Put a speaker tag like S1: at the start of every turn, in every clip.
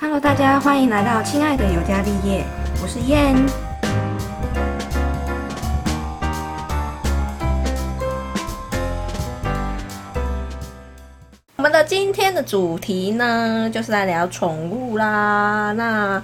S1: Hello，大家欢迎来到《亲爱的尤加利叶》，我是燕。我们的今天的主题呢，就是来聊宠物啦。那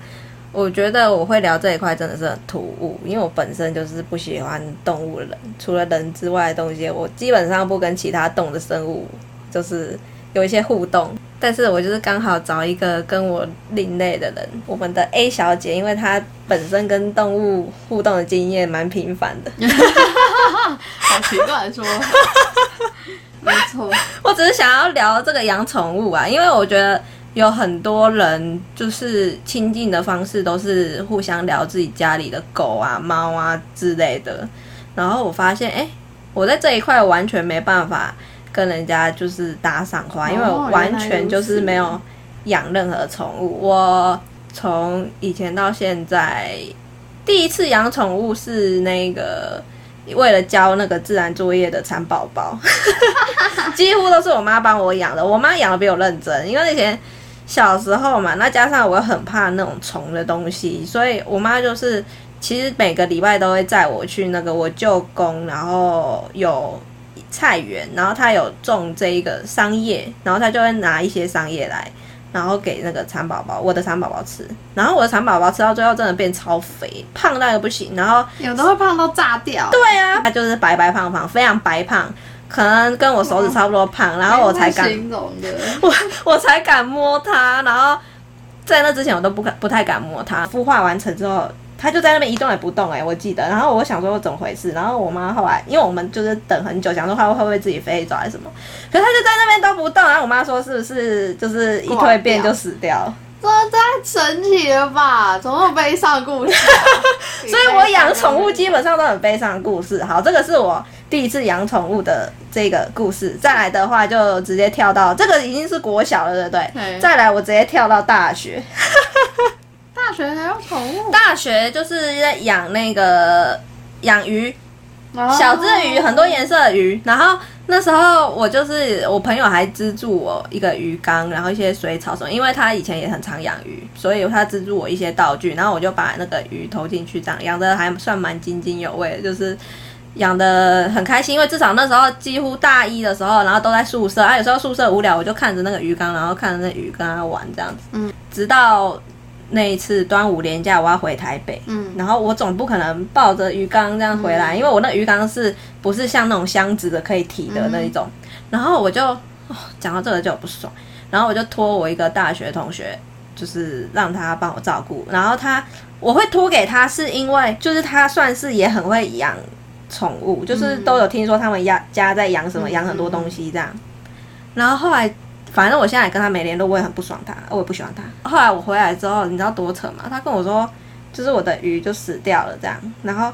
S1: 我觉得我会聊这一块真的是很突兀，因为我本身就是不喜欢动物的人，除了人之外的东西，我基本上不跟其他动的生物就是有一些互动。但是我就是刚好找一个跟我另类的人，我们的 A 小姐，因为她本身跟动物互动的经验蛮频繁的，
S2: 好奇怪说，没错，
S1: 我只是想要聊这个养宠物啊，因为我觉得有很多人就是亲近的方式都是互相聊自己家里的狗啊、猫啊之类的。然后我发现，哎、我在这一块完全没办法跟人家就是搭上话，
S2: 哦
S1: 因为我完全就是没
S2: 原来
S1: 有
S2: 如
S1: 养任何宠物。我从以前到现在，第一次养宠物是那个为了交那个自然作业的蚕宝宝，几乎都是我妈帮我养的。我妈养的比我认真，因为以前小时候嘛，那加上我又很怕那种虫的东西，所以我妈就是其实每个礼拜都会载我去那个我舅公，然后有菜园，然后他有种这一个桑叶，然后他就会拿一些桑叶来。然后给那个蚕宝宝，我的蚕宝宝吃，然后我的蚕宝宝吃到最后真的变超肥，胖到一个不行，然后
S2: 有的会胖到炸掉。
S1: 对啊，他就是白白胖胖，非常白胖，可能跟我手指差不多胖，然后我才敢
S2: 没有形容的，
S1: 我 我才敢摸它，然后在那之前我都不敢不太敢摸它。孵化完成之后，它就在那边一动也不动、哎，我记得。然后我想说怎么回事，然后我妈后来因为我们就是等很久，想说它会不会自己飞走还是什么，可是它就在那边都不动。然后我妈说是不是就是一蜕变就死掉了？
S2: 这太神奇了吧？怎么有悲伤的故事啊、
S1: 所以我养宠物基本上都很悲伤的故事。好，这个是我第一次养宠物的这个故事。再来的话，就直接跳到这个已经是国小了，对不对？
S2: 对
S1: 再来，我直接跳到大学。
S2: 大学还有宠物，
S1: 大学就是在养那个养鱼，
S2: 哦
S1: 小只的鱼，很多颜色的鱼。然后那时候我就是我朋友还资助我一个鱼缸，然后一些水草什么，因为他以前也很常养鱼，所以他资助我一些道具，然后我就把那个鱼投进去，这样养的还算蛮津津有味的，就是。养的很开心，因为至少那时候几乎大一的时候，然后都在宿舍啊。有时候宿舍无聊，我就看着那个鱼缸，然后看着那鱼跟它玩这样子。
S2: 嗯，
S1: 直到那一次端午连假，我要回台北，
S2: 嗯，
S1: 然后我总不可能抱着鱼缸这样回来，因为我那鱼缸是不是像那种箱子的可以提的那一种？
S2: 嗯
S1: 然后我就、哦讲到这个就不爽，然后我就托我一个大学同学，就是让他帮我照顾。然后他我会托给他，是因为就是他算是也很会养宠物，就是
S2: 嗯
S1: 都有听说他们家家在养什么，养很多东西这样。然后后来反正我现在也跟他没联络，我也很不爽他，我也不喜欢他。后来我回来之后，你知道多扯吗？他跟我说，就是我的鱼就死掉了这样，然后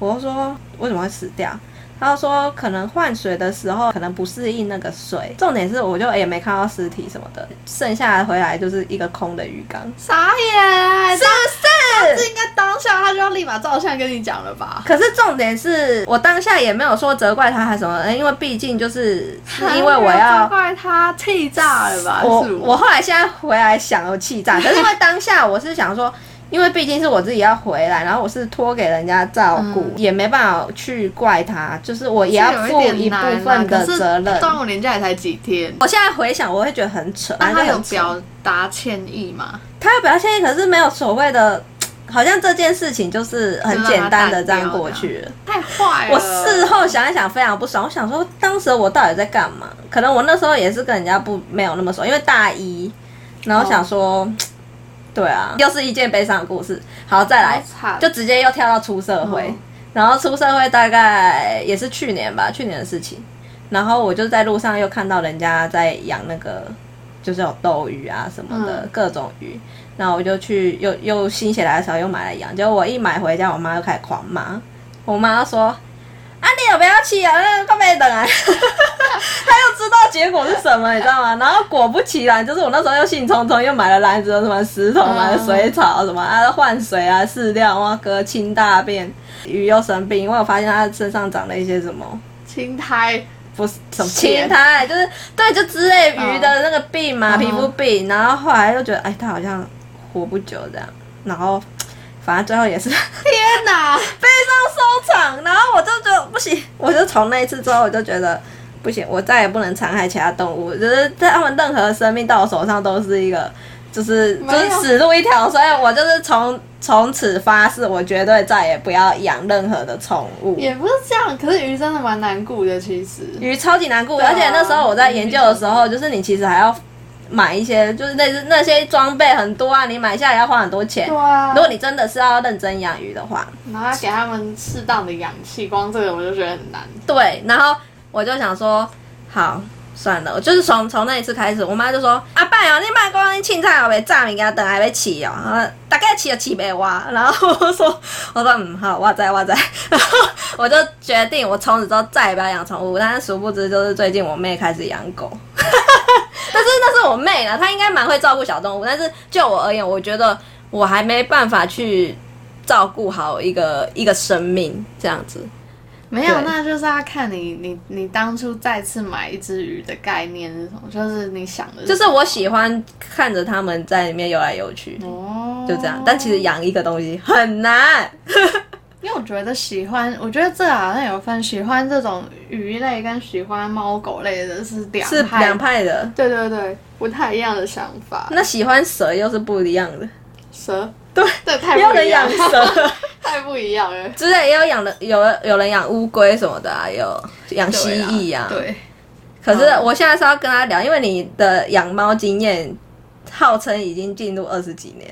S1: 我就说为什么会死掉？他就说可能换水的时候可能不适应那个水，重点是我就也没看到尸体什么的，剩下的回来就是一个空的鱼缸，
S2: 傻眼，
S1: 是不
S2: 这应该当下他就要立马照相跟你讲了吧？
S1: 可是重点是我当下也没有说责怪他还是什么，呃因为毕竟就是是因为我
S2: 还没有责
S1: 要。
S2: 怪他气炸了吧？
S1: 我
S2: 啊是
S1: 我后来现在回来想，我气 炸。可是因为当下我是想说，因为毕竟是我自己要回来，然后我是托给人家照顾，
S2: 嗯
S1: 也没办法去怪他，就是我也要
S2: 是有
S1: 负
S2: 点
S1: 一部
S2: 难啊
S1: 分的
S2: 可是
S1: 责任。
S2: 端午年假也才几天，
S1: 我现在回想，我会觉得很扯，
S2: 那啊他
S1: 还是
S2: 有
S1: 很扯
S2: 表达歉意吗？
S1: 他有表现可是没有所谓的，好像这件事情就是很简单的这样过去了。
S2: 太坏了！
S1: 我事后想一想，非常不爽。我想说，当时我到底在干嘛？可能我那时候也是跟人家不没有那么熟，因为大一，然后想说，对啊，又是一件悲伤的故事。好，再来
S2: 好，惨哦
S1: 就直接又跳到出社会，
S2: 嗯
S1: 然后出社会大概也是去年吧，去年的事情。然后我就在路上又看到人家在养那个，就是有斗鱼啊什么的、
S2: 嗯
S1: 各种鱼，然后我就去又又心血来潮又买来养，结果我一买回家，我妈就开始狂骂，我妈说：“啊，你有没有去啊？那快没等啊！” 她又知道结果是什么，你知道吗？然后果不其然，就是我那时候又兴冲冲又买了篮子，有什么石头、
S2: 嗯
S1: 买了水草什么啊，换水啊、饲料啊、哥清大便，鱼又生病，因为我发现它身上长了一些什么。
S2: 青苔，不是什么
S1: 青
S2: 钱，
S1: 苔，就是对，就之类鱼的那个病嘛，
S2: 嗯
S1: 皮肤病。然后后来又觉得，哎，它好像活不久这样，然后反正最后也是悲
S2: 天哪！
S1: 伤收场。然后我就觉得不行，我就从那一次之后，我就觉得不行，我再也不能残害其他动物，就是它们任何生命到我手上都是一个。就是就
S2: 没有
S1: 是死路一条，所以我就是从从此发誓，我绝对再也不要养任何的宠物。
S2: 也不是这样，可是鱼真的蛮难顾的，其实。
S1: 鱼超级难顾，
S2: 对啊
S1: 而且那时候我在研究的时候，就是你其实还要买一些，就是类似那些装备很多啊，你买下来要花很多钱
S2: 对。啊
S1: 如，果你真的是要认真养鱼的话，
S2: 然后要给他们适当的氧气，光这个我就觉得很难。
S1: 对，然后我就想说，好。算了，我就是从从那一次开始，我妈就说：“阿爸哦，你卖光你青菜哦，被炸米给他等还被起哦，然后大概起了起没哇。”然后我说：“我说嗯好，哇塞哇塞。”然后我就决定，我从此之后再也不要养宠物。但是殊不知，就是最近我妹开始养狗，但是那是我妹啦，她应该蛮会照顾小动物。但是就我而言，我觉得我还没办法去照顾好一个一个生命这样子。
S2: 没有，
S1: 对
S2: 那就是要看你你你当初再次买一只鱼的概念是什么，就是你想的
S1: 就是我喜欢看着他们在里面游来游去，
S2: 哦，
S1: 就这样。但其实养一个东西很难，
S2: 因为我觉得喜欢，我觉得这好像有分喜欢这种鱼类跟喜欢猫狗类的是两
S1: 是
S2: 派
S1: 两派的。
S2: 对对对，不太一样的想法。
S1: 那喜欢蛇又是不一样的，
S2: 蛇，
S1: 对，
S2: 对，太
S1: 也有
S2: 不
S1: 人
S2: 一
S1: 养
S2: 样，
S1: 蛇
S2: 太不一样了。
S1: 之类，也有养的，有有人养乌龟什么的啊，有养蜥蜴啊。
S2: 对，嗯
S1: 可是我现在是要跟他聊，因为你的养猫经验号称已经进入二十几年，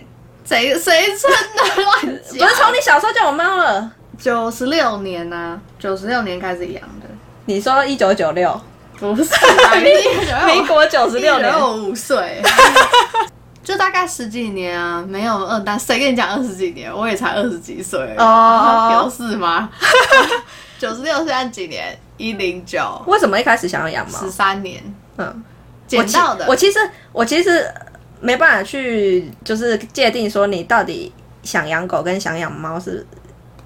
S2: 谁谁真的乱
S1: 不
S2: 讲
S1: 是？从你小时候就有猫了？
S2: 九十六年呐、九十六年开始养的，
S1: 你说一九九六，
S2: 不是、啊，
S1: 民国九十六年，
S2: 五岁，就大概十几年啊，没有二，但谁跟你讲二十几年？我也才二十几岁而已
S1: 哦
S2: 有事吗？九十六现在几年？一零九，
S1: 为什么一开始想要养猫
S2: 十？三年，
S1: 嗯，
S2: 捡到的。
S1: 我其实我其实没办法去就是界定说你到底想养狗跟想养猫是、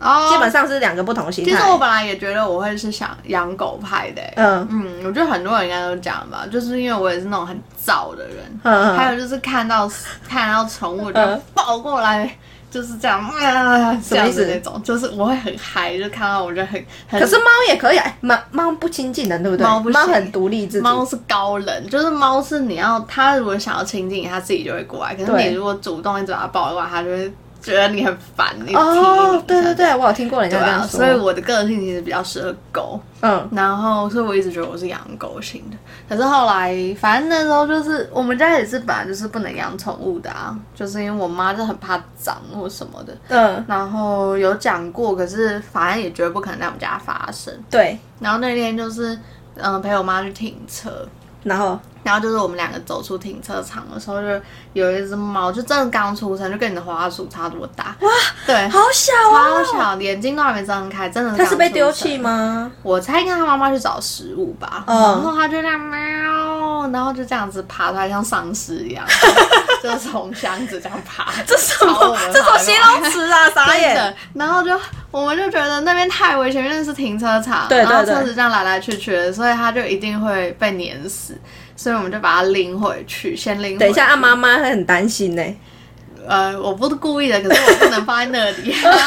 S2: 哦
S1: 基本上是两个不同心
S2: 其
S1: 态。
S2: 实我本来也觉得我会是想养狗派的、欸。
S1: 嗯
S2: 嗯，我觉得很多人应该都讲吧，就是因为我也是那种很燥的人，
S1: 嗯嗯，
S2: 还有就是 看到看到宠物就
S1: 嗯
S2: 抱过来，就是这样啊，
S1: 什
S2: 这
S1: 么
S2: 样
S1: 意思
S2: 子那种，就是我会很嗨，就看到我就很很。
S1: 可是猫也可以啊，哎猫猫不亲近的，对不对？
S2: 猫不行
S1: 猫很独立自主。
S2: 猫是高冷，就是猫是你要它如果想要亲近你，它自己就会过来。可是
S1: 对
S2: 你如果主动一直把它抱的话，它就会觉得你很烦，你踢你
S1: 哦，对对
S2: 对。
S1: 对，我有听过人家
S2: 对
S1: 这
S2: 啊，
S1: 样说。
S2: 所以我的个性其实比较适合狗，
S1: 嗯，
S2: 然后，所以我一直觉得我是养狗型的。可是后来，反正那时候就是我们家也是本来就是不能养宠物的啊，就是因为我妈就很怕脏或什么的。
S1: 嗯，
S2: 然后有讲过，可是呃法案也绝对不可能在我们家发生。
S1: 对，
S2: 然后那天就是，嗯、陪我妈去停车，
S1: 然后
S2: 然后就是我们两个走出停车场的时候，就有一只猫，就真的刚出生，就跟你的花鼠差多大。哇，对，
S1: 好小
S2: 超
S1: 啊，
S2: 小，眼睛都还没张开，真的。
S1: 它是被丢弃？ 吗？
S2: 我猜应该他妈妈去找食物吧，
S1: 嗯
S2: 然后他就这样喵，然后就这样子爬出来，像丧尸 一样，就是从箱子这样爬。
S1: 这什
S2: 朝我
S1: 么
S2: 们来
S1: 这种形容词啊？傻
S2: 真
S1: 眼！
S2: 的，然后就我们就觉得那边太危险，因为那是停车场，
S1: 对对
S2: 然后
S1: 对
S2: 车子这样来来去去的，所以它就一定会被碾死，所以我们就把它拎回去，先拎回去。
S1: 等一下，啊，妈妈会很担心呢。
S2: 呃，我不是故意的，可是我不能放在那里，啊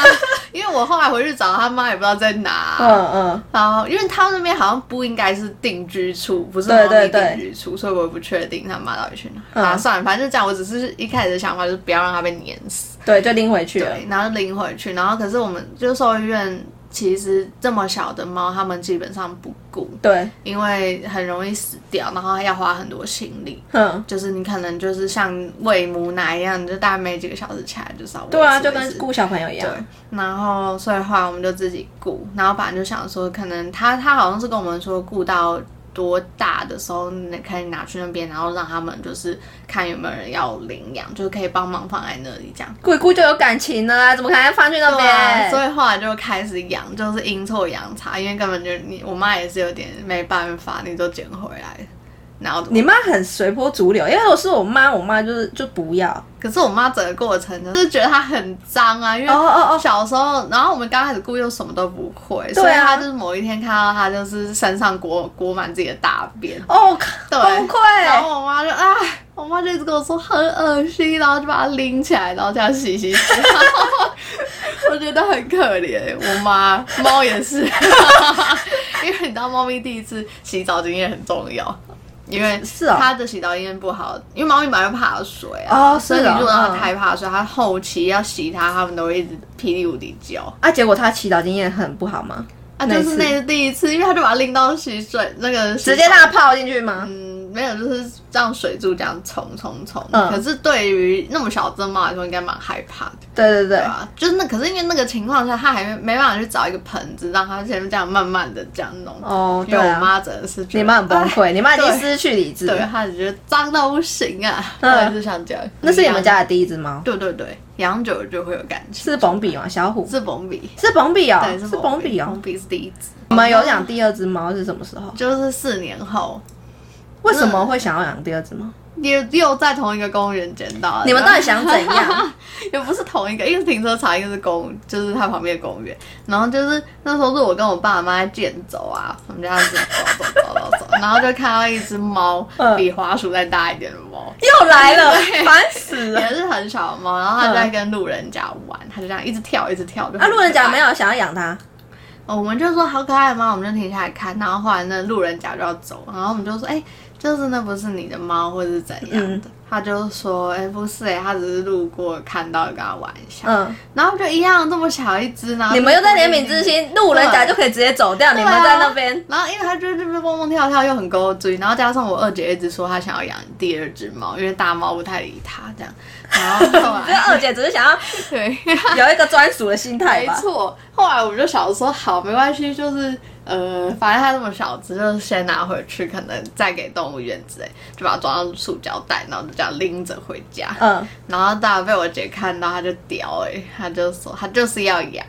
S2: 因为我后来回去找他妈也不知道在哪，
S1: 嗯嗯，
S2: 然后，哦因为他那边好像不应该是定居处，不是猫
S1: 对
S2: 咪
S1: 对对
S2: 定居处，所以我也不确定他妈到底去哪。
S1: 嗯
S2: 啊，算了，反正就这样。我只是一开始的想法就是不要让它被碾死，
S1: 对，就拎回去了。
S2: 对，然后拎回去。然后，可是我们就兽医院其实这么小的猫，它们基本上不顾，
S1: 对，
S2: 因为很容易死掉，然后要花很多心力。
S1: 嗯，
S2: 就是你可能就是像喂母奶一样，你就大概没几个小时起来就是要喂一次。
S1: 对啊，就
S2: 喂一
S1: 跟
S2: 次
S1: 顾小朋友一样。
S2: 对，然后所以后来我们就自己顾，然后反正就想说，可能他他好像是跟我们说，顾到多大的时候，你可以拿去那边，然后让他们就是看有没有人要领养，就是可以帮忙放在那里这样。
S1: 鬼姑就有感情了啊，怎么可能放去那
S2: 对啊，
S1: 边？
S2: 所以后来就开始养，就是阴错阳差，因为根本就你我妈也是有点没办法，你都捡回来。然后
S1: 你妈很随波逐流，因为我是我妈，我妈就是就不要。
S2: 可是我妈整个过程就是觉得它很脏啊，因
S1: 哦
S2: 为
S1: 哦哦
S2: 小时候，然后我们刚开始雇又什么都不会，所
S1: 对
S2: 以
S1: 啊
S2: 她就是某一天看到她就是身上裹裹满自己的大便，
S1: 哦，
S2: 对
S1: 崩
S2: 然
S1: 溃。
S2: 后我妈就哎，我妈就一直跟我说很恶心，然后就把它拎起来，然后这样洗洗 洗，然后我觉得很可怜。我妈猫也是， 因为你知道猫咪第一次洗澡经验很重要。因为
S1: 是哦
S2: 它的洗澡经验不好，因为猫咪本来就怕水啊，
S1: 哦是
S2: 所以你
S1: 哦
S2: 如果让
S1: 嗯
S2: 它太怕水，它后期要洗它，它们都会一直霹雳无敌叫。
S1: 啊，结果她祈祷经验很不好吗？
S2: 啊，就是
S1: 那一
S2: 那第一次，因为它就把它拎到洗水那个洗
S1: 直接
S2: 澡
S1: 让她泡进去吗？
S2: 嗯，没有，就是让水柱这样冲冲冲。
S1: 嗯
S2: 可是对于那么小只猫来说，应该蛮害怕的，
S1: 对对对
S2: 对，吧？就是那，可是因为那个情况下，它还没没办法去找一个盆子，让它先这样慢慢的这样弄。
S1: 哦，
S2: 因
S1: 对
S2: 为我
S1: 啊，
S2: 妈真的是觉得
S1: 你妈很崩
S2: 哎
S1: 溃，你妈已经
S2: 对
S1: 失去理智。
S2: 对，她就觉得脏到不行啊。
S1: 嗯
S2: 我也是想讲，
S1: 那是你们家的第一只猫，
S2: 对对对，养久了就会有感情。
S1: 是bombi 吗？小虎
S2: 是蹦比，
S1: 是 bombi
S2: 对，
S1: 哦，
S2: 是
S1: 是
S2: 蹦比，
S1: bombi
S2: 蹦
S1: 哦。
S2: 比是第一只。
S1: 我们有养第二只猫是什么时候？
S2: 就是四年后，
S1: 为什么会想要养第二只猫？
S2: 又又在同一个公园捡到了。
S1: 你们
S2: 然
S1: 到
S2: 后
S1: 底想怎样？
S2: 也不是同一个，一个是停车场，一个是公，就是它旁边的公园。然后就是那时候是我跟我爸妈在健走啊，我们家这样子走走走走走，然后就看到一只猫，
S1: 嗯
S2: 比花鼠再大一点的猫，
S1: 又来 了，烦死了
S2: 也！是很小的猫，然后它就在跟路人甲玩，它就这样一直跳一直跳。就很
S1: 嗯啊，路人
S2: 可
S1: 甲
S2: 爱
S1: 没有想要养它，
S2: 哦，我们就说好可爱的猫，我们就停下来看，然后后来那路人甲就要走，然后我们就说，哎、就是那不是你的猫，或者是怎样
S1: 嗯
S2: 的？他就说，哎、不是、哎，他只是路过看到，跟他玩一下。
S1: 嗯，
S2: 然后就一样这么小一只，然后
S1: 你们又在怜悯之。心，路人甲就可以直接走掉，
S2: 啊对
S1: 你
S2: 啊
S1: 们在那边，
S2: 然后因为它就是这边蹦蹦跳跳又很勾追，然后加上我二姐一直说她想要养第二只猫，因为大猫不太理它这样。然后后
S1: 这
S2: 来
S1: 二姐只是想 要
S2: 对，
S1: 有一个专属的心态
S2: 没
S1: 吧。
S2: 错。后来我们就想说，好，没关系，就是呃，反正它这么小只，就是先拿回去，可能再给动物园之类，就把它装到塑胶袋，然后就这样拎着回家。
S1: 嗯，
S2: 然后大家被我姐看到，她就屌哎、欸，她就说她就是要养，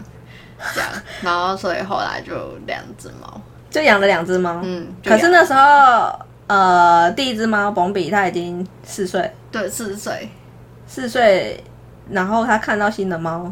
S2: 这样，然后所以后来就两只猫，
S1: 就养了两只猫。
S2: 嗯，就
S1: 可是
S2: 养
S1: 那时候，呃，第一只猫bombi 它已经四岁，
S2: 对四岁，
S1: 四岁，然后它看到新的猫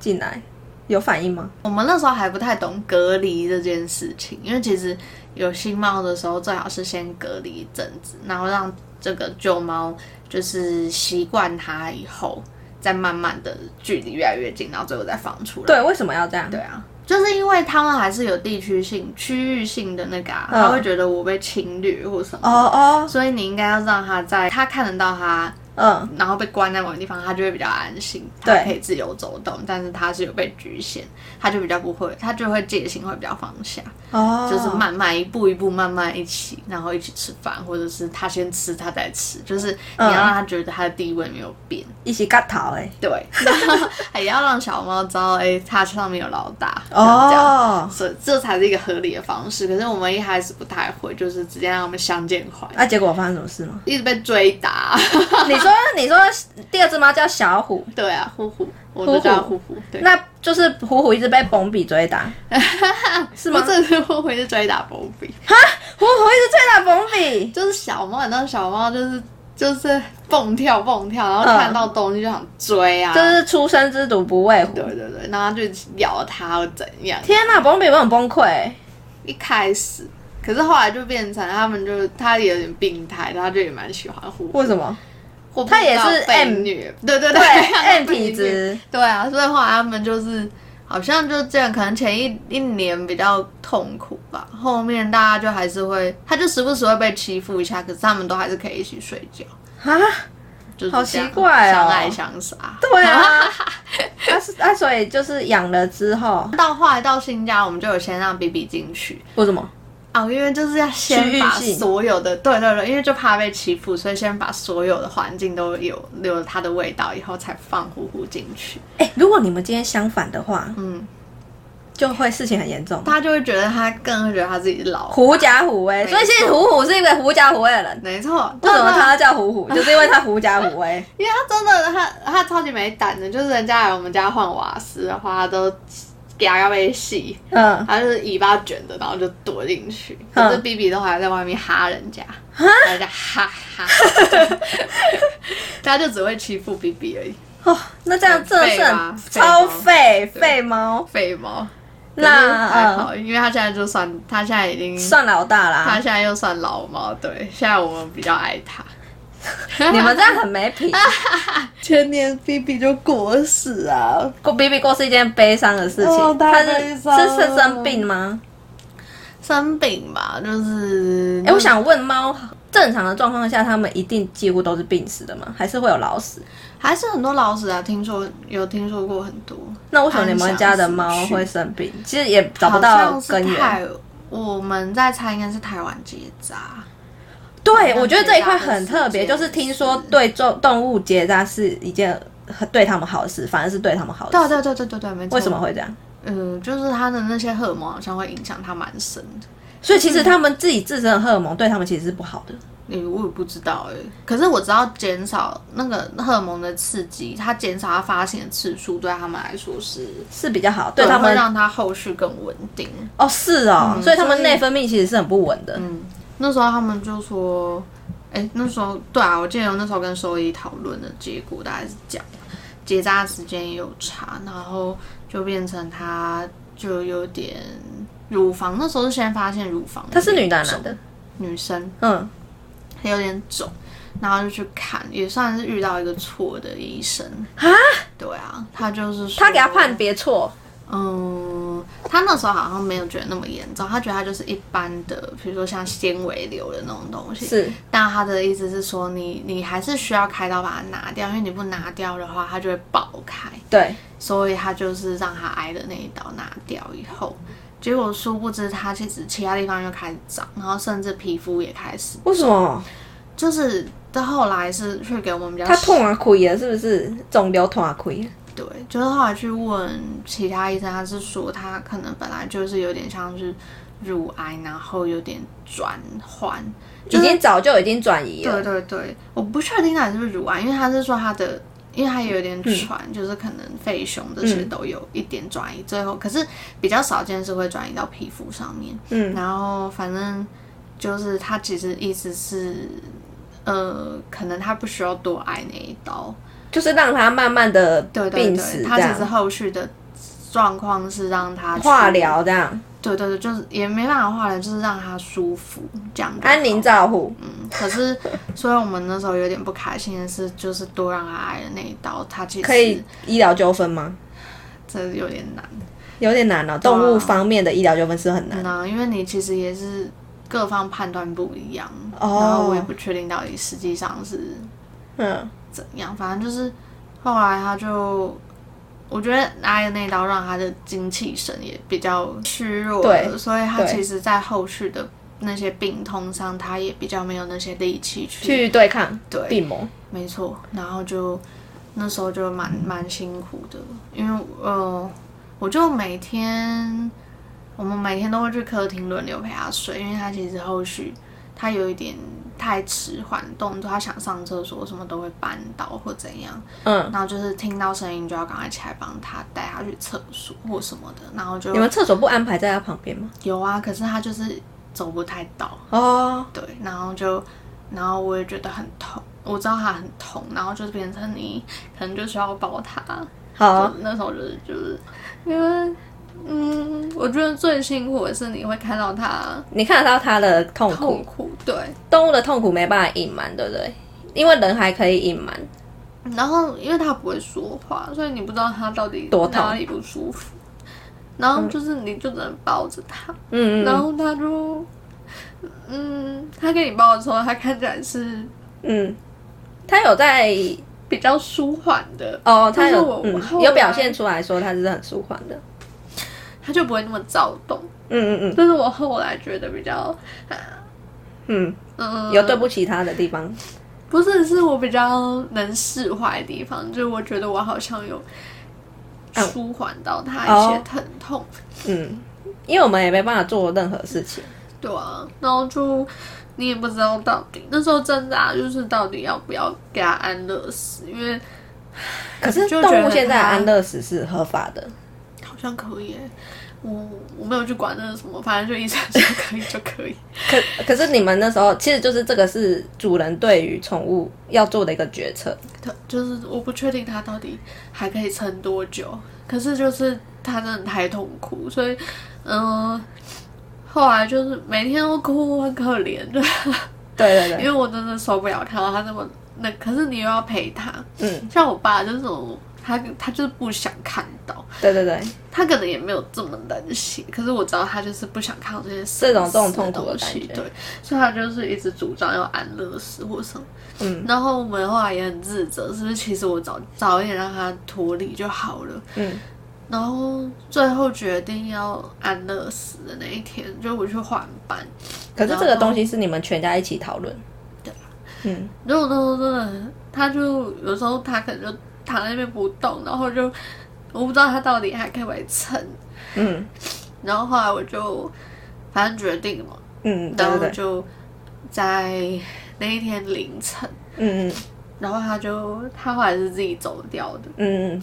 S1: 进来，有反应吗？
S2: 我们那时候还不太懂隔离这件事情，因为其实有新猫的时候，最好是先隔离一阵子，然后让这个旧猫就是习惯它以后，再慢慢的距离越来越近，然后最后再放出来。
S1: 对，为什么要这样？
S2: 对啊，就是因为他们还是有地区性、区域性的那个、啊，
S1: 嗯
S2: 他会觉得我被侵略或什么，
S1: 哦哦，
S2: 所以你应该要让他在他看得到他，
S1: 嗯，
S2: 然后被关在某个地方，他就会比较安心，
S1: 对
S2: 他可以自由走动，但是他是有被局限，他就比较不会，他就会戒心会比较放下，
S1: 哦，
S2: 就是慢慢一步一步慢慢一起，然后一起吃饭，或者是他先吃他再吃，就是你要
S1: 嗯
S2: 让他觉得他的地位没有变。
S1: 一起嘎逃哎。
S2: 嗯对， 然后也要让小猫知道，哎、它上面有老大，这样
S1: 哦，
S2: 所以这才是一个合理的方式。可是我们一开始不太会，就是直接让他们相见欢，
S1: 那、啊结果发生什么事吗？
S2: 一直被追打。
S1: 你说，你说第二只猫叫小虎，
S2: 对啊，呼呼，我就叫呼呼。对，
S1: 那就是虎虎一直被bombi 追打，是
S2: 不
S1: 吗？
S2: 这是呼呼是追打 b o
S1: 虎虎一直追打 bombi。
S2: 就是小猫，你知道小猫就是就是蹦跳蹦跳，然后
S1: 嗯
S2: 看到东西就想追啊。
S1: 就是出生之犊不畏虎。
S2: 对对对，然后就咬它或怎样。
S1: 天呐、bombi 我很崩溃。
S2: 一开始，可是后来就变成他们就他也有点病态，他就也蛮喜欢呼呼。
S1: 为什么？
S2: 我不
S1: 他也
S2: 知道
S1: 是
S2: 被
S1: M
S2: 虐，对对
S1: 对
S2: ，M
S1: ，M 体质。
S2: 对啊，所以后来他们就是好像就这样，可能前一一年比较痛苦吧，后面大家就还是会，他就时不时会被欺负一下，可是他们都还是可以一起睡觉，
S1: 啊？
S2: 就是
S1: 好
S2: 这样
S1: 奇怪哦
S2: 相爱相杀。
S1: 对啊。啊是啊，所以就是养了之后，
S2: 到后来到新家，我们就有先让 B B 进去
S1: 为什么？
S2: 哦，因为就是要先把
S1: 区域性
S2: 所有的对对对，因为就怕被欺负，所以先把所有的环境都有留了它的味道，以后才放呼呼进去。
S1: 哎、如果你们今天相反的话，
S2: 嗯，
S1: 就会事情很严重。
S2: 他就会觉得他更会觉得他自己是老
S1: 狐假虎威，
S2: 没
S1: 所以其实虎虎是一个狐假虎威的人。
S2: 没错，
S1: 为什么
S2: 真的
S1: 他叫虎虎？就是因为他狐假虎威。
S2: 因为他真的他他超级没胆的，就是人家来我们家换瓦斯的话，他都嗲要被戏，
S1: 嗯，
S2: 他就是尾巴卷着，然后就躲进去。
S1: 嗯
S2: 可是 B B 都还在外面哈人家，人家哈哈， 他就只会欺负 B B 而已。
S1: 哦，那这样真的是很
S2: 很废吧
S1: 超废
S2: 对
S1: 废猫，
S2: 废猫，可是
S1: 那呃
S2: 还好，因为他现在就嗯算他现在已经，
S1: 算老大啊
S2: 他
S1: 啦。
S2: 现在又算老猫，对，现在我们比较爱他。
S1: 你们这样很没
S2: 啊
S1: 品。
S2: 前年 B B 就过世啊，
S1: 过 B B 过是一件悲伤的事情，
S2: 哦
S1: 他
S2: 太
S1: 是
S2: 悲伤了
S1: 是是生病吗？
S2: 生病吧，就是嗯
S1: 哎、我想问猫，正常的状况下，它们一定几乎都是病死的吗？还是会有老死？
S2: 还是很多老鼠啊，听说有听说过很多，
S1: 那为什么你们家的猫会生病？其实也找不到
S2: 好像
S1: 根
S2: 是
S1: 源。
S2: 泰，我们在猜应该是台湾结扎，
S1: 对，
S2: 好像
S1: 我觉得这一块很特别，
S2: 结扎
S1: 就
S2: 的
S1: 是
S2: 事
S1: 听说对动动物结扎是一件很对它们好的事，反而是对它们好的
S2: 对啊
S1: 事。
S2: 对对对对对，没错。
S1: 为什么？会这样？
S2: 嗯，就是它的那些荷尔蒙好像会影响它蛮深的。
S1: 所以其
S2: 嗯
S1: 实它们自己自身的荷尔蒙对它们其实是不好的。
S2: 你我也不知道哎、可是我知道减少那个荷尔蒙的刺激，它减少它发情的次数，对他们来说是
S1: 是比较好，对它
S2: 会
S1: 们
S2: 让它后续更稳定。
S1: 哦是哦，
S2: 嗯
S1: 所以它们
S2: 所以
S1: 内分泌其实是很不稳的。
S2: 嗯，那时候他们就说，哎、那时候对啊，我记得我那时候跟兽医讨论的结果大概是这样，结扎时间也有差，然后就变成他就有点乳房，那时候是先发现乳房，
S1: 它是女的还是男的？
S2: 女生
S1: 嗯，
S2: 有点肿，然后就去看，也算是遇到一个错的医生
S1: 啊，
S2: 对啊，他就是说
S1: 他给他判别错，
S2: 嗯，他那时候好像没有觉得那么严重，他觉得他就是一般的，比如说像纤维瘤的那种东西。
S1: 是
S2: 但他的意思是说你，你还是需要开刀把它拿掉，因为你不拿掉的话，它就会爆开。
S1: 对，
S2: 所以他就是让他挨的那一刀拿掉以后，结果殊不知他其实其他地方又开始长，然后甚至皮肤也开始，
S1: 为什么
S2: 就是到后来是去给我们比较
S1: 他痛啊亏了是不是？肿瘤痛啊亏，
S2: 对，就是后来去问其他医生，他是说他可能本来就是有点像是乳癌，然后有点转换，
S1: 已经早就已经转移了。
S2: 对对对，我不确定他是不是乳癌，因为他是说他的，因为他有点
S1: 嗯
S2: 喘，就是可能肺胸这些都有一点转移，最后可是比较少见是会转移到皮肤上面。
S1: 嗯，
S2: 然后反正就是他其实意思是，呃，可能他不需要多挨那一刀，
S1: 就是让他慢慢的
S2: 对对
S1: 病死
S2: 对，
S1: 这
S2: 他其实
S1: 样，
S2: 后续的状况是让他去
S1: 化，疗这样，
S2: 对对对，就是也没办法化疗，就是让他舒服这样就
S1: 安
S2: 好
S1: 宁照护。
S2: 嗯，可是，所以我们那时候有点不开心的是，就是多让他挨了那一刀，他其实
S1: 可以医疗纠纷吗？
S2: 这有点难，
S1: 有点难哦，
S2: 对啊
S1: 动物方面的医疗纠纷是很难。
S2: 嗯啊，因为你其实也是各方判断不一样，
S1: 哦
S2: 然后我也不确定到底实际上是
S1: 嗯，
S2: 怎样，反正就是后来他就，我觉得挨了那一刀让他的精气神也比较虚弱了，
S1: 对
S2: 所以他
S1: 对
S2: 其实在后续的那些病痛上，他也比较没有那些力气去
S1: 去对抗
S2: 对
S1: 病魔。
S2: 没错，然后就那时候就蛮蛮辛苦的，因为呃，我就每天我们每天都会去客厅轮流陪他睡，因为他其实后续他有一点太迟缓动作，他想上厕所什么都会绊倒或怎样，
S1: 嗯，
S2: 然后就是听到声音就要赶快起来帮他带他去厕所或什么的，然后就
S1: 你们厕所不安排在他旁边吗？
S2: 有啊，可是他就是走不太到，
S1: 哦，
S2: 对，然后就，然后我也觉得很痛，我知道它很痛，然后就是变成你可能就需要抱它。
S1: 好，
S2: 就那时候就是就是因为，嗯，我觉得最辛苦的是你会看到它
S1: 你看得到他的痛苦
S2: 痛，苦，对。
S1: 动物的痛苦没办法隐瞒，对不对？因为人还可以隐瞒。
S2: 然后因为它不会说话，所以你不知道它到底
S1: 多痛
S2: 哪里不舒服。然后就是你就只能抱着它，
S1: 嗯
S2: 然
S1: 嗯
S2: 后它就，嗯，它给你抱的时候，它看起来是
S1: 嗯，他有在
S2: 比较舒缓的，
S1: 哦，他
S2: 但是
S1: 有
S2: 我
S1: 嗯
S2: 后来
S1: 有表现出来说他是很舒缓的。
S2: 它就不会那么躁动。
S1: 嗯嗯
S2: 这是我后来觉得比较，
S1: 嗯
S2: 嗯、
S1: 嗯，有对不起他的地方。
S2: 不是，是我比较能释怀的地方，就是我觉得我好像有舒缓到他一些疼痛，
S1: 嗯，因为我们也没办法做任何事情。
S2: 对啊，然后就你也不知道到底那时候挣扎就是到底要不要给他安乐死，因为
S1: 可是
S2: 就觉得
S1: 动物现在
S2: 它
S1: 安乐死是合法的，
S2: 好像可以耶。我我没有去管那是什么，反正就医生说可以就可以。
S1: 可可是你们那时候其实就是这个是主人对于宠物要做的一个决策，
S2: 他就是我不确定他到底还可以撑多久，可是就是他真的太痛苦，所以嗯、后来就是每天都哭，很可怜，就
S1: 对对
S2: 因
S1: 对，
S2: 为我真的受不了看到他这么那，可是你又要陪他，
S1: 嗯，
S2: 像我爸就是那种他他就是不想看到，
S1: 对对对，嗯
S2: 他可能也没有这么冷血，可是我知道他就是不想看到这些
S1: 这种这种痛
S2: 生死
S1: 苦的
S2: 东西
S1: 感觉
S2: 对，所以他就是一直主张要安乐死或什么。
S1: 嗯，
S2: 然后我们后来也很自责，是不是其实我早早一点让他脱离就好了。
S1: 嗯，
S2: 然后最后决定要安乐死的那一天，就我去换班。
S1: 可是这个东西是你们全家一起讨论，对，嗯，
S2: 然后我那时候真的，他就有时候他可能就躺在那边不动，然后就我不知道他到底还可不可以撑。
S1: 嗯
S2: 然后后来我就反正决定嘛，
S1: 嗯，对对
S2: 然后
S1: 对，
S2: 就在那一天凌晨，
S1: 嗯嗯
S2: 然后他就他后来是自己走掉的，
S1: 嗯嗯，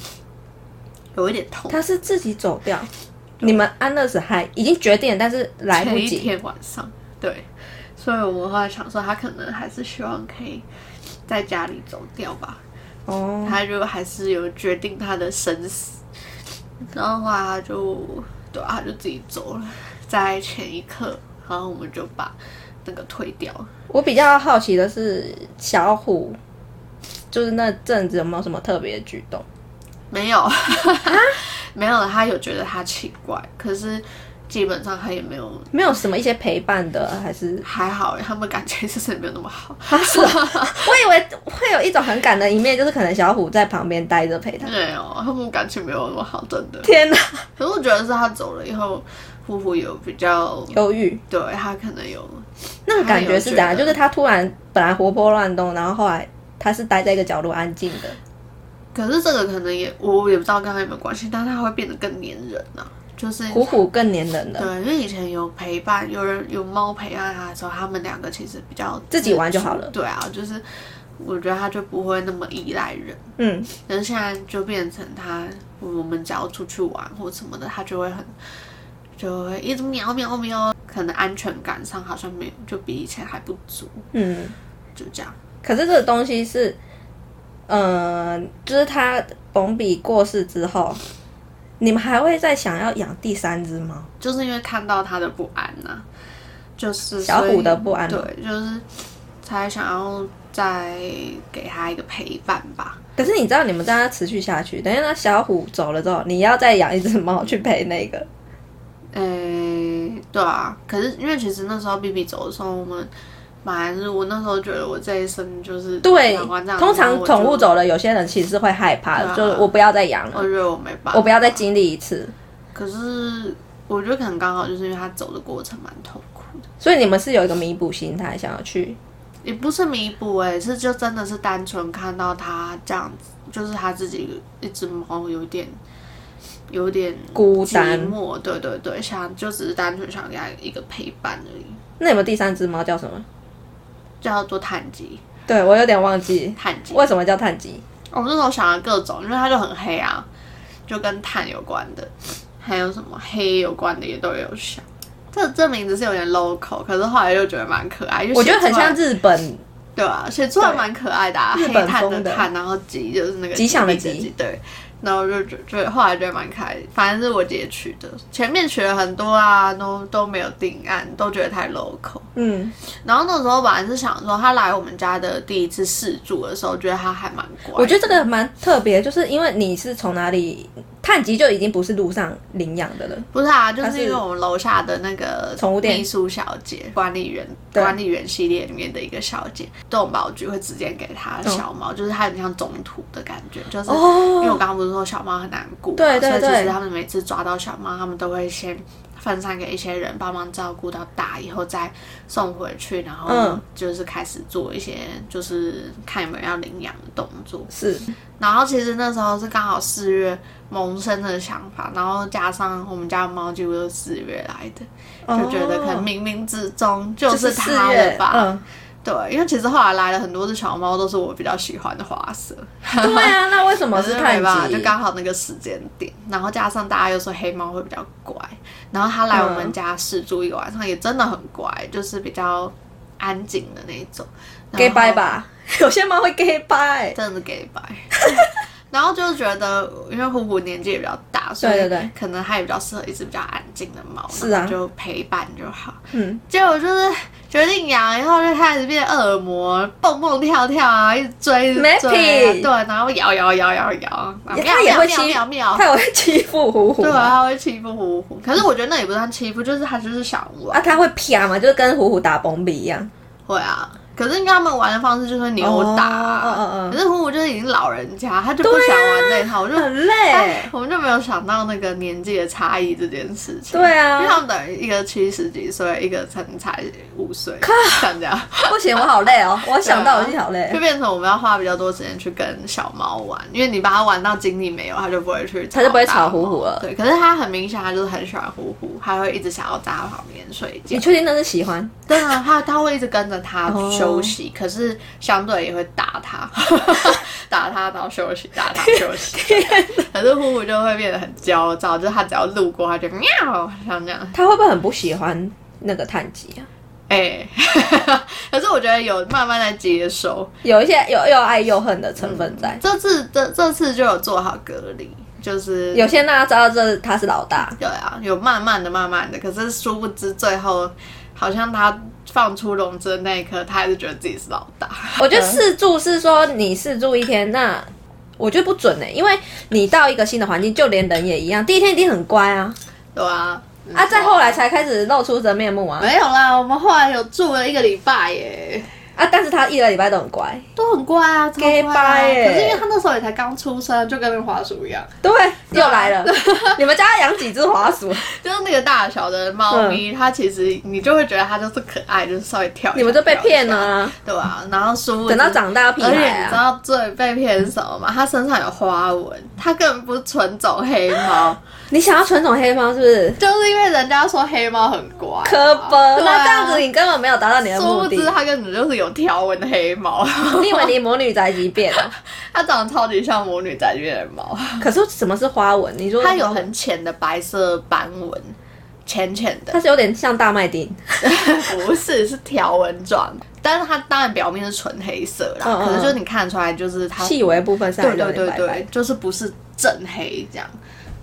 S2: 有一点痛。
S1: 他是自己走掉，你们安乐死还已经决定了，但是来不
S2: 前一
S1: 及，
S2: 天晚上，对，所以我们后来想说，他可能还是希望可以在家里走掉吧，
S1: 哦，
S2: 他就还是有决定他的生死，然后后来他就对、啊，他就自己走了，在前一刻，然后我们就把那个退掉了。
S1: 我比较好奇的是小虎，就是那阵子有没有什么特别的举动？
S2: 没
S1: 啊
S2: 有， 没有，他有觉得他奇怪，可是基本上他也没有，
S1: 没有什么一些陪伴的，还 是
S2: 还好，他们感情其实没有那么好。
S1: 我以为会有一种很感的一面，就是可能小虎在旁边待着陪他。
S2: 没有，哦他们感情没有那么好，真的。
S1: 天哪，
S2: 可是我觉得是他走了以后，呼呼有比较，
S1: 忧郁
S2: 对他可能有，
S1: 那个感觉是怎样？
S2: 他有
S1: 就
S2: 觉得
S1: 是他突然本来活泼乱动，然后后来他是待在一个角落安静的。
S2: 可是这个可能也我也不知道跟他有没有关系，但他会变得更黏人呐、就是
S1: 虎虎更粘人了，
S2: 对，因为以前有陪伴，有人有猫陪伴他的时候，他们两个其实比较
S1: 自己玩就
S2: 主
S1: 好了
S2: 对啊，就是我觉得他就不会那么依赖人，
S1: 嗯，
S2: 但是现在就变成他，我们只要出去玩或什么的，他就会很就会一直喵喵喵，可能安全感上好像没有，就比以前还不足，
S1: 嗯。
S2: 就这样。
S1: 可是这个东西是，呃，就是他冯比过世之后，你们还会再想要养第三只吗？
S2: 就是因为看到他的不安呐、就是
S1: 小
S2: 所以
S1: 虎的不安吗
S2: 对，就是才想要再给他一个陪伴吧。
S1: 可是你知道，你们这样持续下去，等一下那小虎走了之后，你要再养一只猫去陪那个，
S2: 诶、呃对啊，可是因为其实那时候 B B 走的时候，我们本来是我那时候觉得我这一生就是
S1: 对
S2: 养完这，样
S1: 通常宠物，
S2: 然后
S1: 走了，有些人其实是会害怕的，
S2: 对啊
S1: 就是我不要再养
S2: 我
S1: 了，
S2: 就我觉得我没办法，
S1: 我不要再。经历一次。
S2: 可是我觉得可能刚好就是因为他走的过程蛮痛苦的，
S1: 所以你们是有一个弥补心态，想要去，
S2: 也不是弥补诶，是就真的是单纯看到他这样子，就是他自己一只猫有点有点
S1: 孤单
S2: 寂寞，对对对，想就只是单纯想给他一个陪伴而已，
S1: 那你们第三只猫叫什么？
S2: 叫做探吉
S1: 对我有点忘记，
S2: 探吉。
S1: 为什么叫碳基？
S2: 哦我那时候想了各种，因为它就很黑啊，就跟碳有关的，还有什么黑有关的也都有想。这这名字是有点 local，可是后来又觉得蛮可爱，就
S1: 我觉得
S2: 写
S1: 很
S2: 出来
S1: 像日本
S2: 对啊，写出来蛮可爱的、啊，
S1: 对
S2: 黑
S1: 日本
S2: 炭
S1: 风
S2: 的
S1: 的
S2: 炭，然后吉就是那个
S1: 吉祥的
S2: 吉利
S1: 吉，
S2: 对。然后就觉觉得后来觉得蛮可爱的，反正是我姐取的，前面取了很多啊，都都没有定案，都觉得太 local。
S1: 嗯，
S2: 然后那时候本来是想说，他来我们家的第一次试住的时候，觉得他还蛮乖的。
S1: 我觉得这个蛮特别，就是因为你是从哪里，碳基就已经不是路上领养的了，
S2: 不是啊，就
S1: 它
S2: 是
S1: 是
S2: 因为我们楼下的那个
S1: 宠物店
S2: 秘书小姐、管理员、
S1: 对
S2: 管理员系列里面的一个小姐，动保局会直接给她小猫，就是它很像中途的感觉，就是、因为我
S1: 哦，
S2: 刚刚不是说小猫很难顾嘛，
S1: 对对
S2: 所以
S1: 对
S2: 其实他们每次抓到小猫，他们都会先分散给一些人帮忙照顾到大，以后再送回去，然后
S1: 嗯
S2: 就是开始做一些就是看有没有要领养的动作。
S1: 是，
S2: 然后其实那时候是刚好四月萌生的想法，然后加上我们家的猫几乎都是四月来的，就觉得可能
S1: 哦
S2: 冥冥之中就
S1: 就是四
S2: 它了
S1: 月
S2: 吧。
S1: 嗯，
S2: 对，因为其实后来来了很多只小猫，都是我比较喜欢的花色。
S1: 对啊，那为什么
S2: 可是
S1: 碳
S2: 没办法，
S1: 基
S2: 就刚好那个时间点，然后加上大家又说黑猫会比较乖，然后它来我们家试住一个晚上也真的很乖，就是比较安静的那一种。然后
S1: gay 掰吧？有些猫会 gay 掰，
S2: 真的是 gay 白。 然后就觉得，因为虎虎年纪也比较大，所
S1: 对
S2: 以
S1: 对
S2: 可能它也比较适合一只比较安静的猫，
S1: 是啊
S2: 然后就陪伴就好。
S1: 嗯，
S2: 结果就是决定养以后就开始变恶魔，蹦蹦跳跳啊，一直追，一直追
S1: Mappy
S2: 啊、对，然后摇摇摇摇摇，啊
S1: 也
S2: 喵
S1: 它也会
S2: 喵
S1: 欺
S2: 喵喵
S1: 它
S2: 喵，
S1: 也会欺负虎虎
S2: 对
S1: 吗。
S2: 啊，它会欺负虎虎。可是我觉得那也不算欺负，就是它就是想玩，
S1: 啊，它会啪嘛，就是跟虎虎打bomb 一样。
S2: 会啊。可是跟他们玩的方式就是扭打啊，
S1: 哦哦哦哦
S2: 可是虎虎就是已经老人家，他就不想玩那一套，我就
S1: 很累
S2: 哎，，我们就没有想到那个年纪的差异这件事情。
S1: 对
S2: 因为他
S1: 啊，
S2: 们等于一个七十几岁，一个才才五岁，像这样
S1: 不行，我好累哦，我
S2: 啊
S1: 想到我就好累
S2: 就。变成我们要花比较多时间去跟小猫玩，因为你把它玩到精力没有，它就不会去，
S1: 它就不会吵呼呼了
S2: 对，可是它很明显，它就是很喜欢呼呼，它会一直想要在它旁边睡觉
S1: 你。确定那是喜欢？
S2: 对啊，它它会一直跟着它
S1: 哦
S2: 休息，可是相对也会打 它，打它然后休息，打它休息。可是呼呼就会变得很焦躁，就是它只要路过，它就喵，像这样。
S1: 它会不会很不喜欢那个碳基啊？
S2: 哎、 可是我觉得有慢慢在接收，
S1: 有一些有又爱又恨的成分在，
S2: 这次这这次就有做好隔离，就是
S1: 有些大家知道这它是老大，
S2: 对啊，有慢慢的、慢慢的，可是殊不知最后好像他放出笼子的那一刻，他还是觉得自己是老大。
S1: 我觉得试住是说你试住一天，那我觉得不准呢、因为你到一个新的环境，就连人也一样，第一天一定很乖啊，
S2: 对啊，
S1: 啊，再后来才开始露出真面目啊，
S2: 没有啦，我们后来有住了一个礼拜耶，
S1: 啊，但是他一个礼拜都很乖，
S2: 都很乖啊，超乖
S1: Gay bye 耶
S2: 啊。可是因为他那时候也才刚出生，就跟那个滑 鼠一样，
S1: 对，
S2: 啊
S1: 又来 了，你们家养几只滑鼠？
S2: 就是那个大小的猫咪，它其实你就会觉得它就是可爱，就是稍微跳一
S1: 嗯
S2: 下。
S1: 你们就被骗了
S2: 跳一下，
S1: 啊，
S2: 对啊，然后殊不知
S1: 等到长大屁
S2: 而且
S1: 孩
S2: 你知
S1: 啊，
S2: 道最被骗是什么吗？它身上有花纹，它根本不是纯种黑 猫，
S1: 你想要纯种黑猫是不是？
S2: 就是因为人家说黑猫很乖啊，
S1: 可不，
S2: 对
S1: 那
S2: 啊
S1: 这样子你根本没有达到你的
S2: 殊
S1: 目
S2: 不
S1: 的
S2: 知，它根本就是有条纹的黑猫，
S1: 你以为你母女宅急便哦？
S2: 它长得超级像魔女宅院的 猫，
S1: 可是什么是花纹？你说
S2: 它有很浅的白色斑纹，浅浅的，
S1: 它是有点像大麦丁，
S2: 不是是条纹状，但是它当然表面是纯黑色啦，
S1: 嗯嗯
S2: 可是就是你看得出来就是它，
S1: 细微部分上
S2: 对
S1: 还是有点
S2: 对对
S1: 白白
S2: 对，就是不是正黑这样，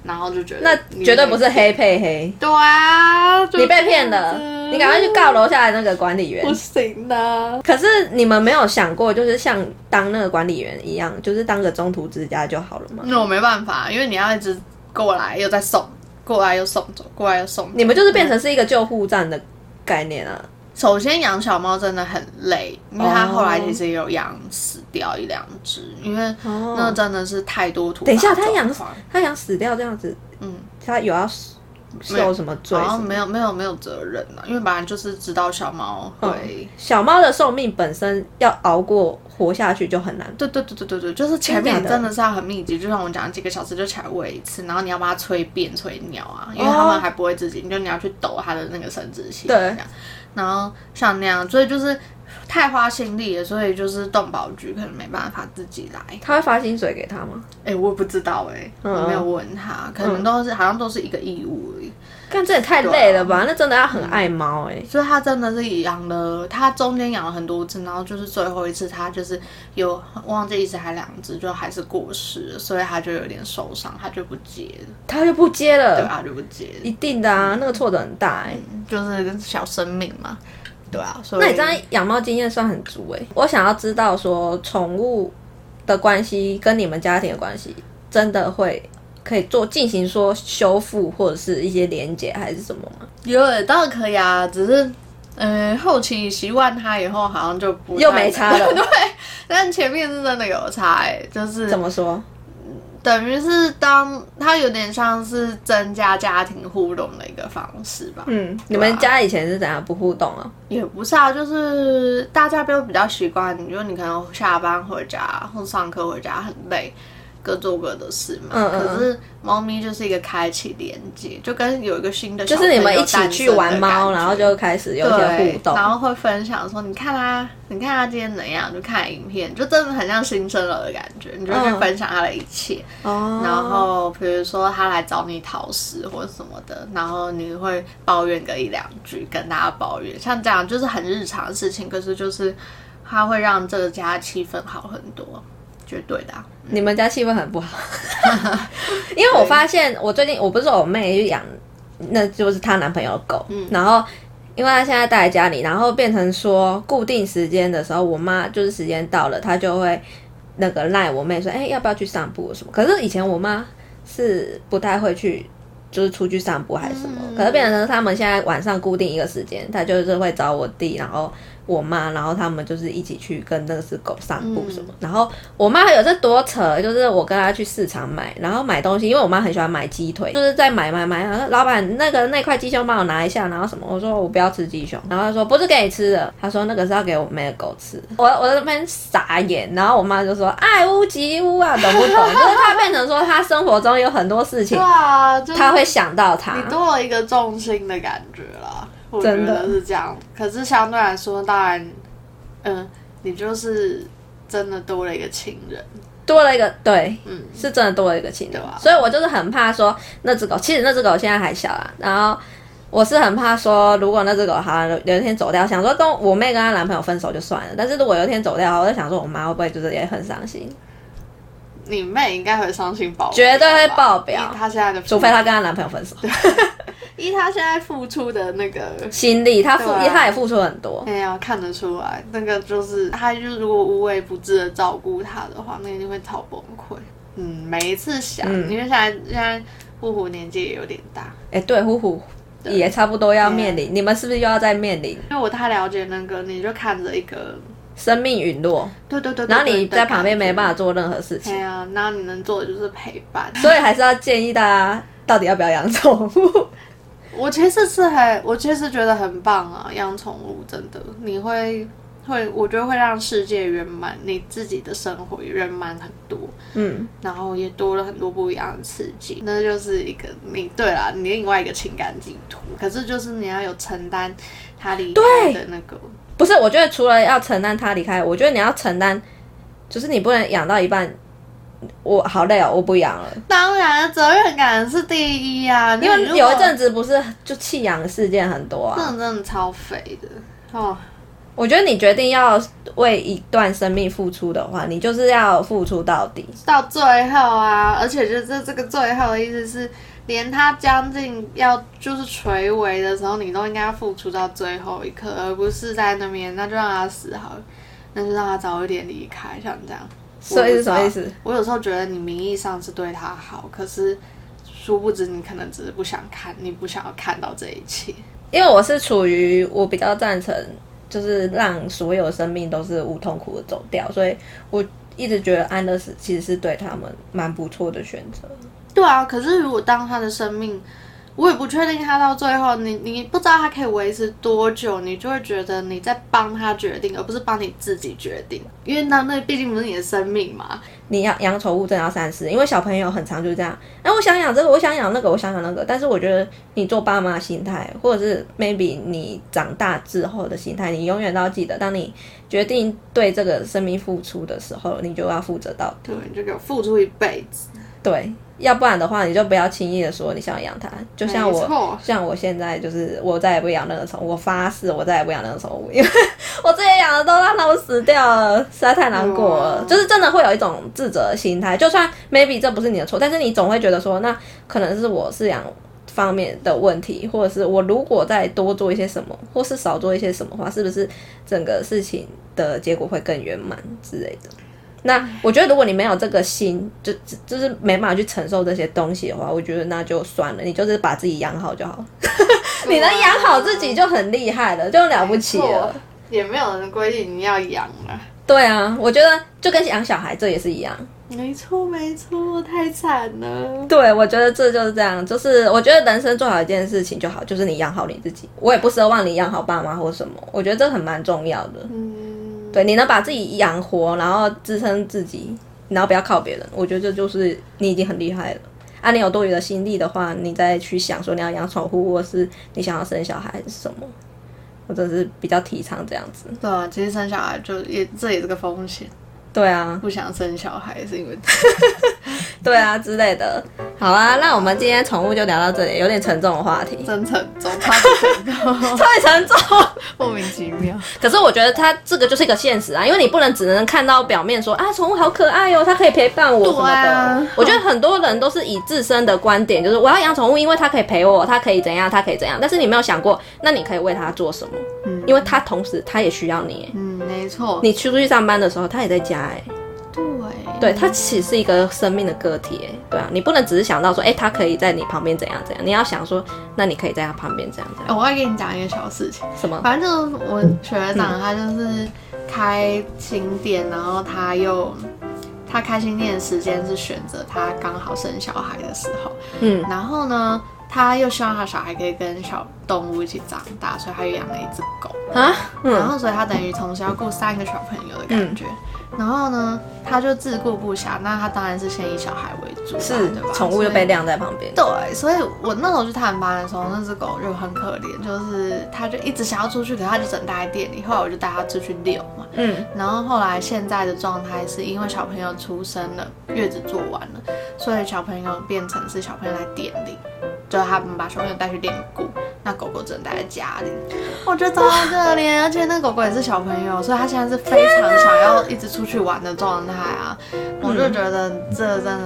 S2: 然后就觉得
S1: 那
S2: 你
S1: 绝对不是黑配黑，
S2: 对啊，就
S1: 你被骗
S2: 这样
S1: 了
S2: 子，
S1: 你赶快去告楼下的那个管理员
S2: 啊不。行啊的。
S1: 可是你们没有想过，就是像当那个管理员一样，就是当个中途之家就好了嘛？
S2: 那我没办法，因为你要一直过来又再送，过来又送走，过来又送走。
S1: 你们就是变成是一个救护站的概念啊。
S2: 首先养小猫真的很累，因为它后来其实也有养死掉一两只，因为
S1: 哦
S2: 那真的是太多突发
S1: 等一下它养
S2: 状况
S1: 他想死掉这样子，
S2: 嗯，
S1: 他有要受什么罪
S2: 然
S1: 什
S2: 后
S1: 么？
S2: 没有没有没有责任啊，因为本来就是知道小猫会。
S1: 小猫的寿命本身要熬过活下去就很难。
S2: 对对对对对对，就是前
S1: 真
S2: 面你
S1: 的假的
S2: 真的是要很密集，就像我讲，几个小时就起来喂一次，然后你要帮它催便催尿啊，因为它们还不会自己，就你要去抖它的那个生殖器，
S1: 对
S2: 这样，然后像那样，所以就是太花心力了，所以就是动保局可能没办法自己来。
S1: 他会发薪水给他吗？
S2: 哎、我也不知道哎、我没有问他，可能都是、好像都是一个义务而已，
S1: 但这也太累了
S2: 啊
S1: 吧？那真的要很爱猫哎、
S2: 所以他真的是养了，他中间养了很多只，然后就是最后一次他就是有忘记一只还两只，就还是过世了，所以他就有点受伤，他就不接了，
S1: 他就不接
S2: 对
S1: 了，
S2: 啊，就不接了，
S1: 一定的啊，那个挫折很大哎、
S2: 就是小生命嘛，对啊，所以
S1: 那你这样养猫经验算很足哎、我想要知道说宠物的关系跟你们家庭的关系，真的会可以做进行说修复或者是一些连接还是什么吗？
S2: 有当然可以啊，只是。嗯，后期习惯它以后，好像就不太
S1: 又没差了
S2: 对， 但前面是真的有差、欸，就是
S1: 怎么说？
S2: 等于是当它有点像是增加家庭互动的一个方式吧，
S1: 嗯，你们家以前是怎样不互动啊？
S2: 也不是啊，就是大家都比较习惯，你就你可能下班回家或上课回家很累，各做各的事嘛。
S1: 嗯嗯嗯
S2: 可是猫咪就是一个开启连接，就跟有一个新的小
S1: 就
S2: 朋友
S1: 是你们一起
S2: 诞
S1: 去
S2: 生的
S1: 玩猫，
S2: 感觉
S1: 然后就开始有一些
S2: 对
S1: 互动。
S2: 然后会分享说，你看他，你看啊他今天怎样，就看影片，就真的很像新生儿的感觉，你就会
S1: 嗯
S2: 分享他的一切。
S1: 哦
S2: 然后比如说他来找你讨食或者什么的，然后你会抱怨个一两句，跟大家抱怨，像这样就是很日常的事情，可是就是它会让这个家气氛好很多，绝对的啊、
S1: 你们家气氛很不好， 因为我发现我最近我不是我妹去养，那就是她男朋友的狗，然后因为她现在待在家里，然后变成说固定时间的时候，我妈就是时间到了，她就会那个赖我妹说，哎、要不要去散步什么？可是以前我妈是不太会去。就是出去散步还是什么，
S2: 嗯
S1: 可是变成他们现在晚上固定一个时间，她就是会找我弟，然后我妈，然后他们就是一起去跟那只狗散步什么。然后我妈有这多扯，就是我跟她去市场买，然后买东西，因为我妈很喜欢买鸡腿，就是在买买买，然后老板那个那块鸡胸帮我拿一下，然后什么，我说我不要吃鸡胸，然后她说不是给你吃的，她说那个是要给我妹的狗吃，我我在那边傻眼，然后我妈就说爱屋及乌啊，懂不 懂？就是她变成说她生活中有很多事情，
S2: 啊，就
S1: 她会想到她，
S2: 你多了一个重心的感觉啦，我觉
S1: 真的
S2: 得是这样。可是相对来说，当然，嗯、你就是真的多了一个亲人，
S1: 多了一个对，
S2: 嗯
S1: 是真的多了一个亲人
S2: 对啊，
S1: 所以我就是很怕说那只狗，其实那只狗现在还小啊，然后我是很怕说，如果那只狗好像有一天走掉，想说跟我妹跟她男朋友分手就算了，但是如果有一天走掉，我就想说我妈会不会就是也很伤心，
S2: 你妹应该会伤心爆表吧，
S1: 绝对会爆表
S2: 以她现在的付，
S1: 除非她跟她男朋友分手，
S2: 以她现在付出的那个
S1: 心力她付
S2: 对啊
S1: 她也付出很多，
S2: 哎呀，看得出来，那个就是他，就是如果无微不至的照顾他的话，那一定会超崩溃。嗯，每一次想，
S1: 嗯
S2: 因为现在现在布虎年纪也有点大，
S1: 哎、对，呼呼也差不多要面临，你们是不是又要再面临
S2: 因为我太了解那个，你就看着一个，
S1: 生命陨落，
S2: 对对对
S1: 然后你在旁边没办
S2: 法。
S1: 法做任何事
S2: 哎
S1: 情，
S2: 呀，那你能做的就是陪伴。
S1: 所以还是要建议大家到底要不要养宠 物。
S2: 我其实是很，我其实觉得很棒啊，养宠物真的，你会会，我觉得会让世界圆满，你自己的生活也圆满很多。
S1: 嗯。
S2: 然后也多了很多不一样的刺激，那就是一个你对啦，你另外一个情感寄托。可是就是你要有承担他离开的那个，
S1: 不是，我觉得除了要承担他离开，我觉得你要承担，就是你不能养到一半，我好累哦，我不养了。
S2: 当然啊责任感是第一啊，
S1: 因为
S2: 你如果
S1: 有一阵子不是就弃养的事件很多
S2: 这
S1: 啊。
S2: 种真的超肥的哦，
S1: 我觉得你决定要为一段生命付出的话，你就是要付出到底。
S2: 到最后啊，而且就是这个最后的意思是。连他将近要就是垂危的时候，你都应该付出到最后一刻，而不是在那边那就让他死好了，那就让他早一点离开，像这样。
S1: 所以是什么意思？
S2: 我有时候觉得你名义上是对他好，可是殊不知你可能只是不想看，你不想要看到这一切。
S1: 因为我是处于我比较赞成，就是让所有生命都是无痛苦的走掉，所以我一直觉得安乐死其实是对他们蛮不错的选择。
S2: 对啊，可是如果当他的生命，我也不确定他到最后，你你不知道他可以维持多久，你就会觉得你在帮他决定，而不是帮你自己决定，因为那那毕竟不是你的生命嘛。
S1: 你要养宠物真的要三思，因为小朋友很常就是这样。哎、我想养这个，我想养那个，我想养那个。但是我觉得你做爸妈的心态，或者是 maybe 你长大之后的心态，你永远都要记得，当你决定对这个生命付出的时候，你就要负责到
S2: 对，你就给我付出一辈子。
S1: 对，要不然的话，你就不要轻易的说你想养它。就像
S2: 没
S1: 我
S2: 错，
S1: 像我现在就是我再也不养那个宠物，我发誓我再也不养那个宠物，因为我之前养的都让它们死掉了，实在太难过了。
S2: 哇
S1: 就是真的会有一种自责的心态，就算 maybe 这不是你的错，但是你总会觉得说，那可能是我饲养方面的问题，或者是我如果再多做一些什么，或是少做一些什么的话，是不是整个事情的结果会更圆满之类的？那我觉得，如果你没有这个心，就就就是没办法去承受这些东西的话，我觉得那就算了，你就是把自己养好就好了。你能养好自己就很厉害了，就很了不起
S2: 嗯
S1: 了。
S2: 也没有人规定你要养啊。
S1: 对啊，我觉得就跟养小孩这也是一样。
S2: 没错，没错，太惨了。
S1: 对，我觉得这就是这样，就是我觉得人生做好一件事情就好，就是你养好你自己。我也不奢望你养好爸妈或什么，我觉得这很蛮重要的。
S2: 嗯。
S1: 对，你能把自己养活，然后支撑自己，然后不要靠别人。我觉得这就是你已经很厉害了。啊，你有多余的心力的话，你再去想说你要养宠物，或是你想要生小孩还是什么，我真是比较提倡这样子。
S2: 对啊，其实生小孩就也这也是个风险，
S1: 对啊，
S2: 不想生小孩是因为，
S1: 对啊之类的。好啊，那我们今天宠物就聊到这里，有点沉重的话题
S2: 真沉重，超级沉重，
S1: 太沉重。
S2: 莫名其妙。
S1: 可是我觉得它这个就是一个现实啊，因为你不能只能看到表面说啊，宠物好可爱哟、它可以陪伴我什么的。
S2: 对啊
S1: 我觉得很多人都是以自身的观点，就是我要养宠物，因为它可以陪我，它可以怎样，它可以怎样。但是你没有想过，那你可以为它做什么？
S2: 嗯
S1: 因为它同时它也需要你。
S2: 嗯，没错，
S1: 你出去上班的时候，它也在家哎、
S2: 对
S1: 对，它其实是一个生命的个体哎、对啊，你不能只是想到说，哎、它可以在你旁边怎样怎样，你要想说，那你可以在它旁边怎样怎样
S2: 哦我要跟你讲一个小事情。
S1: 什么？
S2: 反正就是我学长他就是开新店，然后他又他开新店的时间是选择他刚好生小孩的时候，
S1: 嗯，
S2: 然后呢，他又希望他小孩可以跟小动物一起长大，所以他又养了一只狗，
S1: 啊，
S2: 然
S1: 嗯
S2: 后所以他等于同时要顾三个小朋友的感觉。
S1: 嗯
S2: 然后呢，他就自顾不暇，那他当然是先以小孩为主嘛，
S1: 是
S2: 对吧？
S1: 宠物
S2: 所以
S1: 又被晾在旁边。
S2: 对，所以我那时候去探班的时候，那只狗就很可怜，就是它就一直想要出去，可是它就整待在店里。后来我就带它出去遛嘛，
S1: 嗯，
S2: 然后后来现在的状态是因为小朋友出生了，月子做完了，所以小朋友变成是小朋友在店里，就是他们把小朋友带去店里顾，那狗狗只能待在家里。我觉得超可怜，而且那狗狗也是小朋友，所以它现在是非常想要一直出去玩的状态啊。我就觉得这真的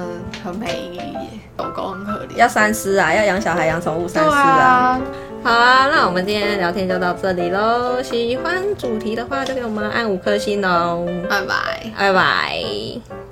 S2: 很没意义耶，狗狗很可怜。
S1: 要三思啊，要养小孩、养宠物三思啊。，好啊，那我们今天聊天就到这里喽。喜欢主题的话，就给我们按五颗星哦。
S2: 拜拜。
S1: 拜拜。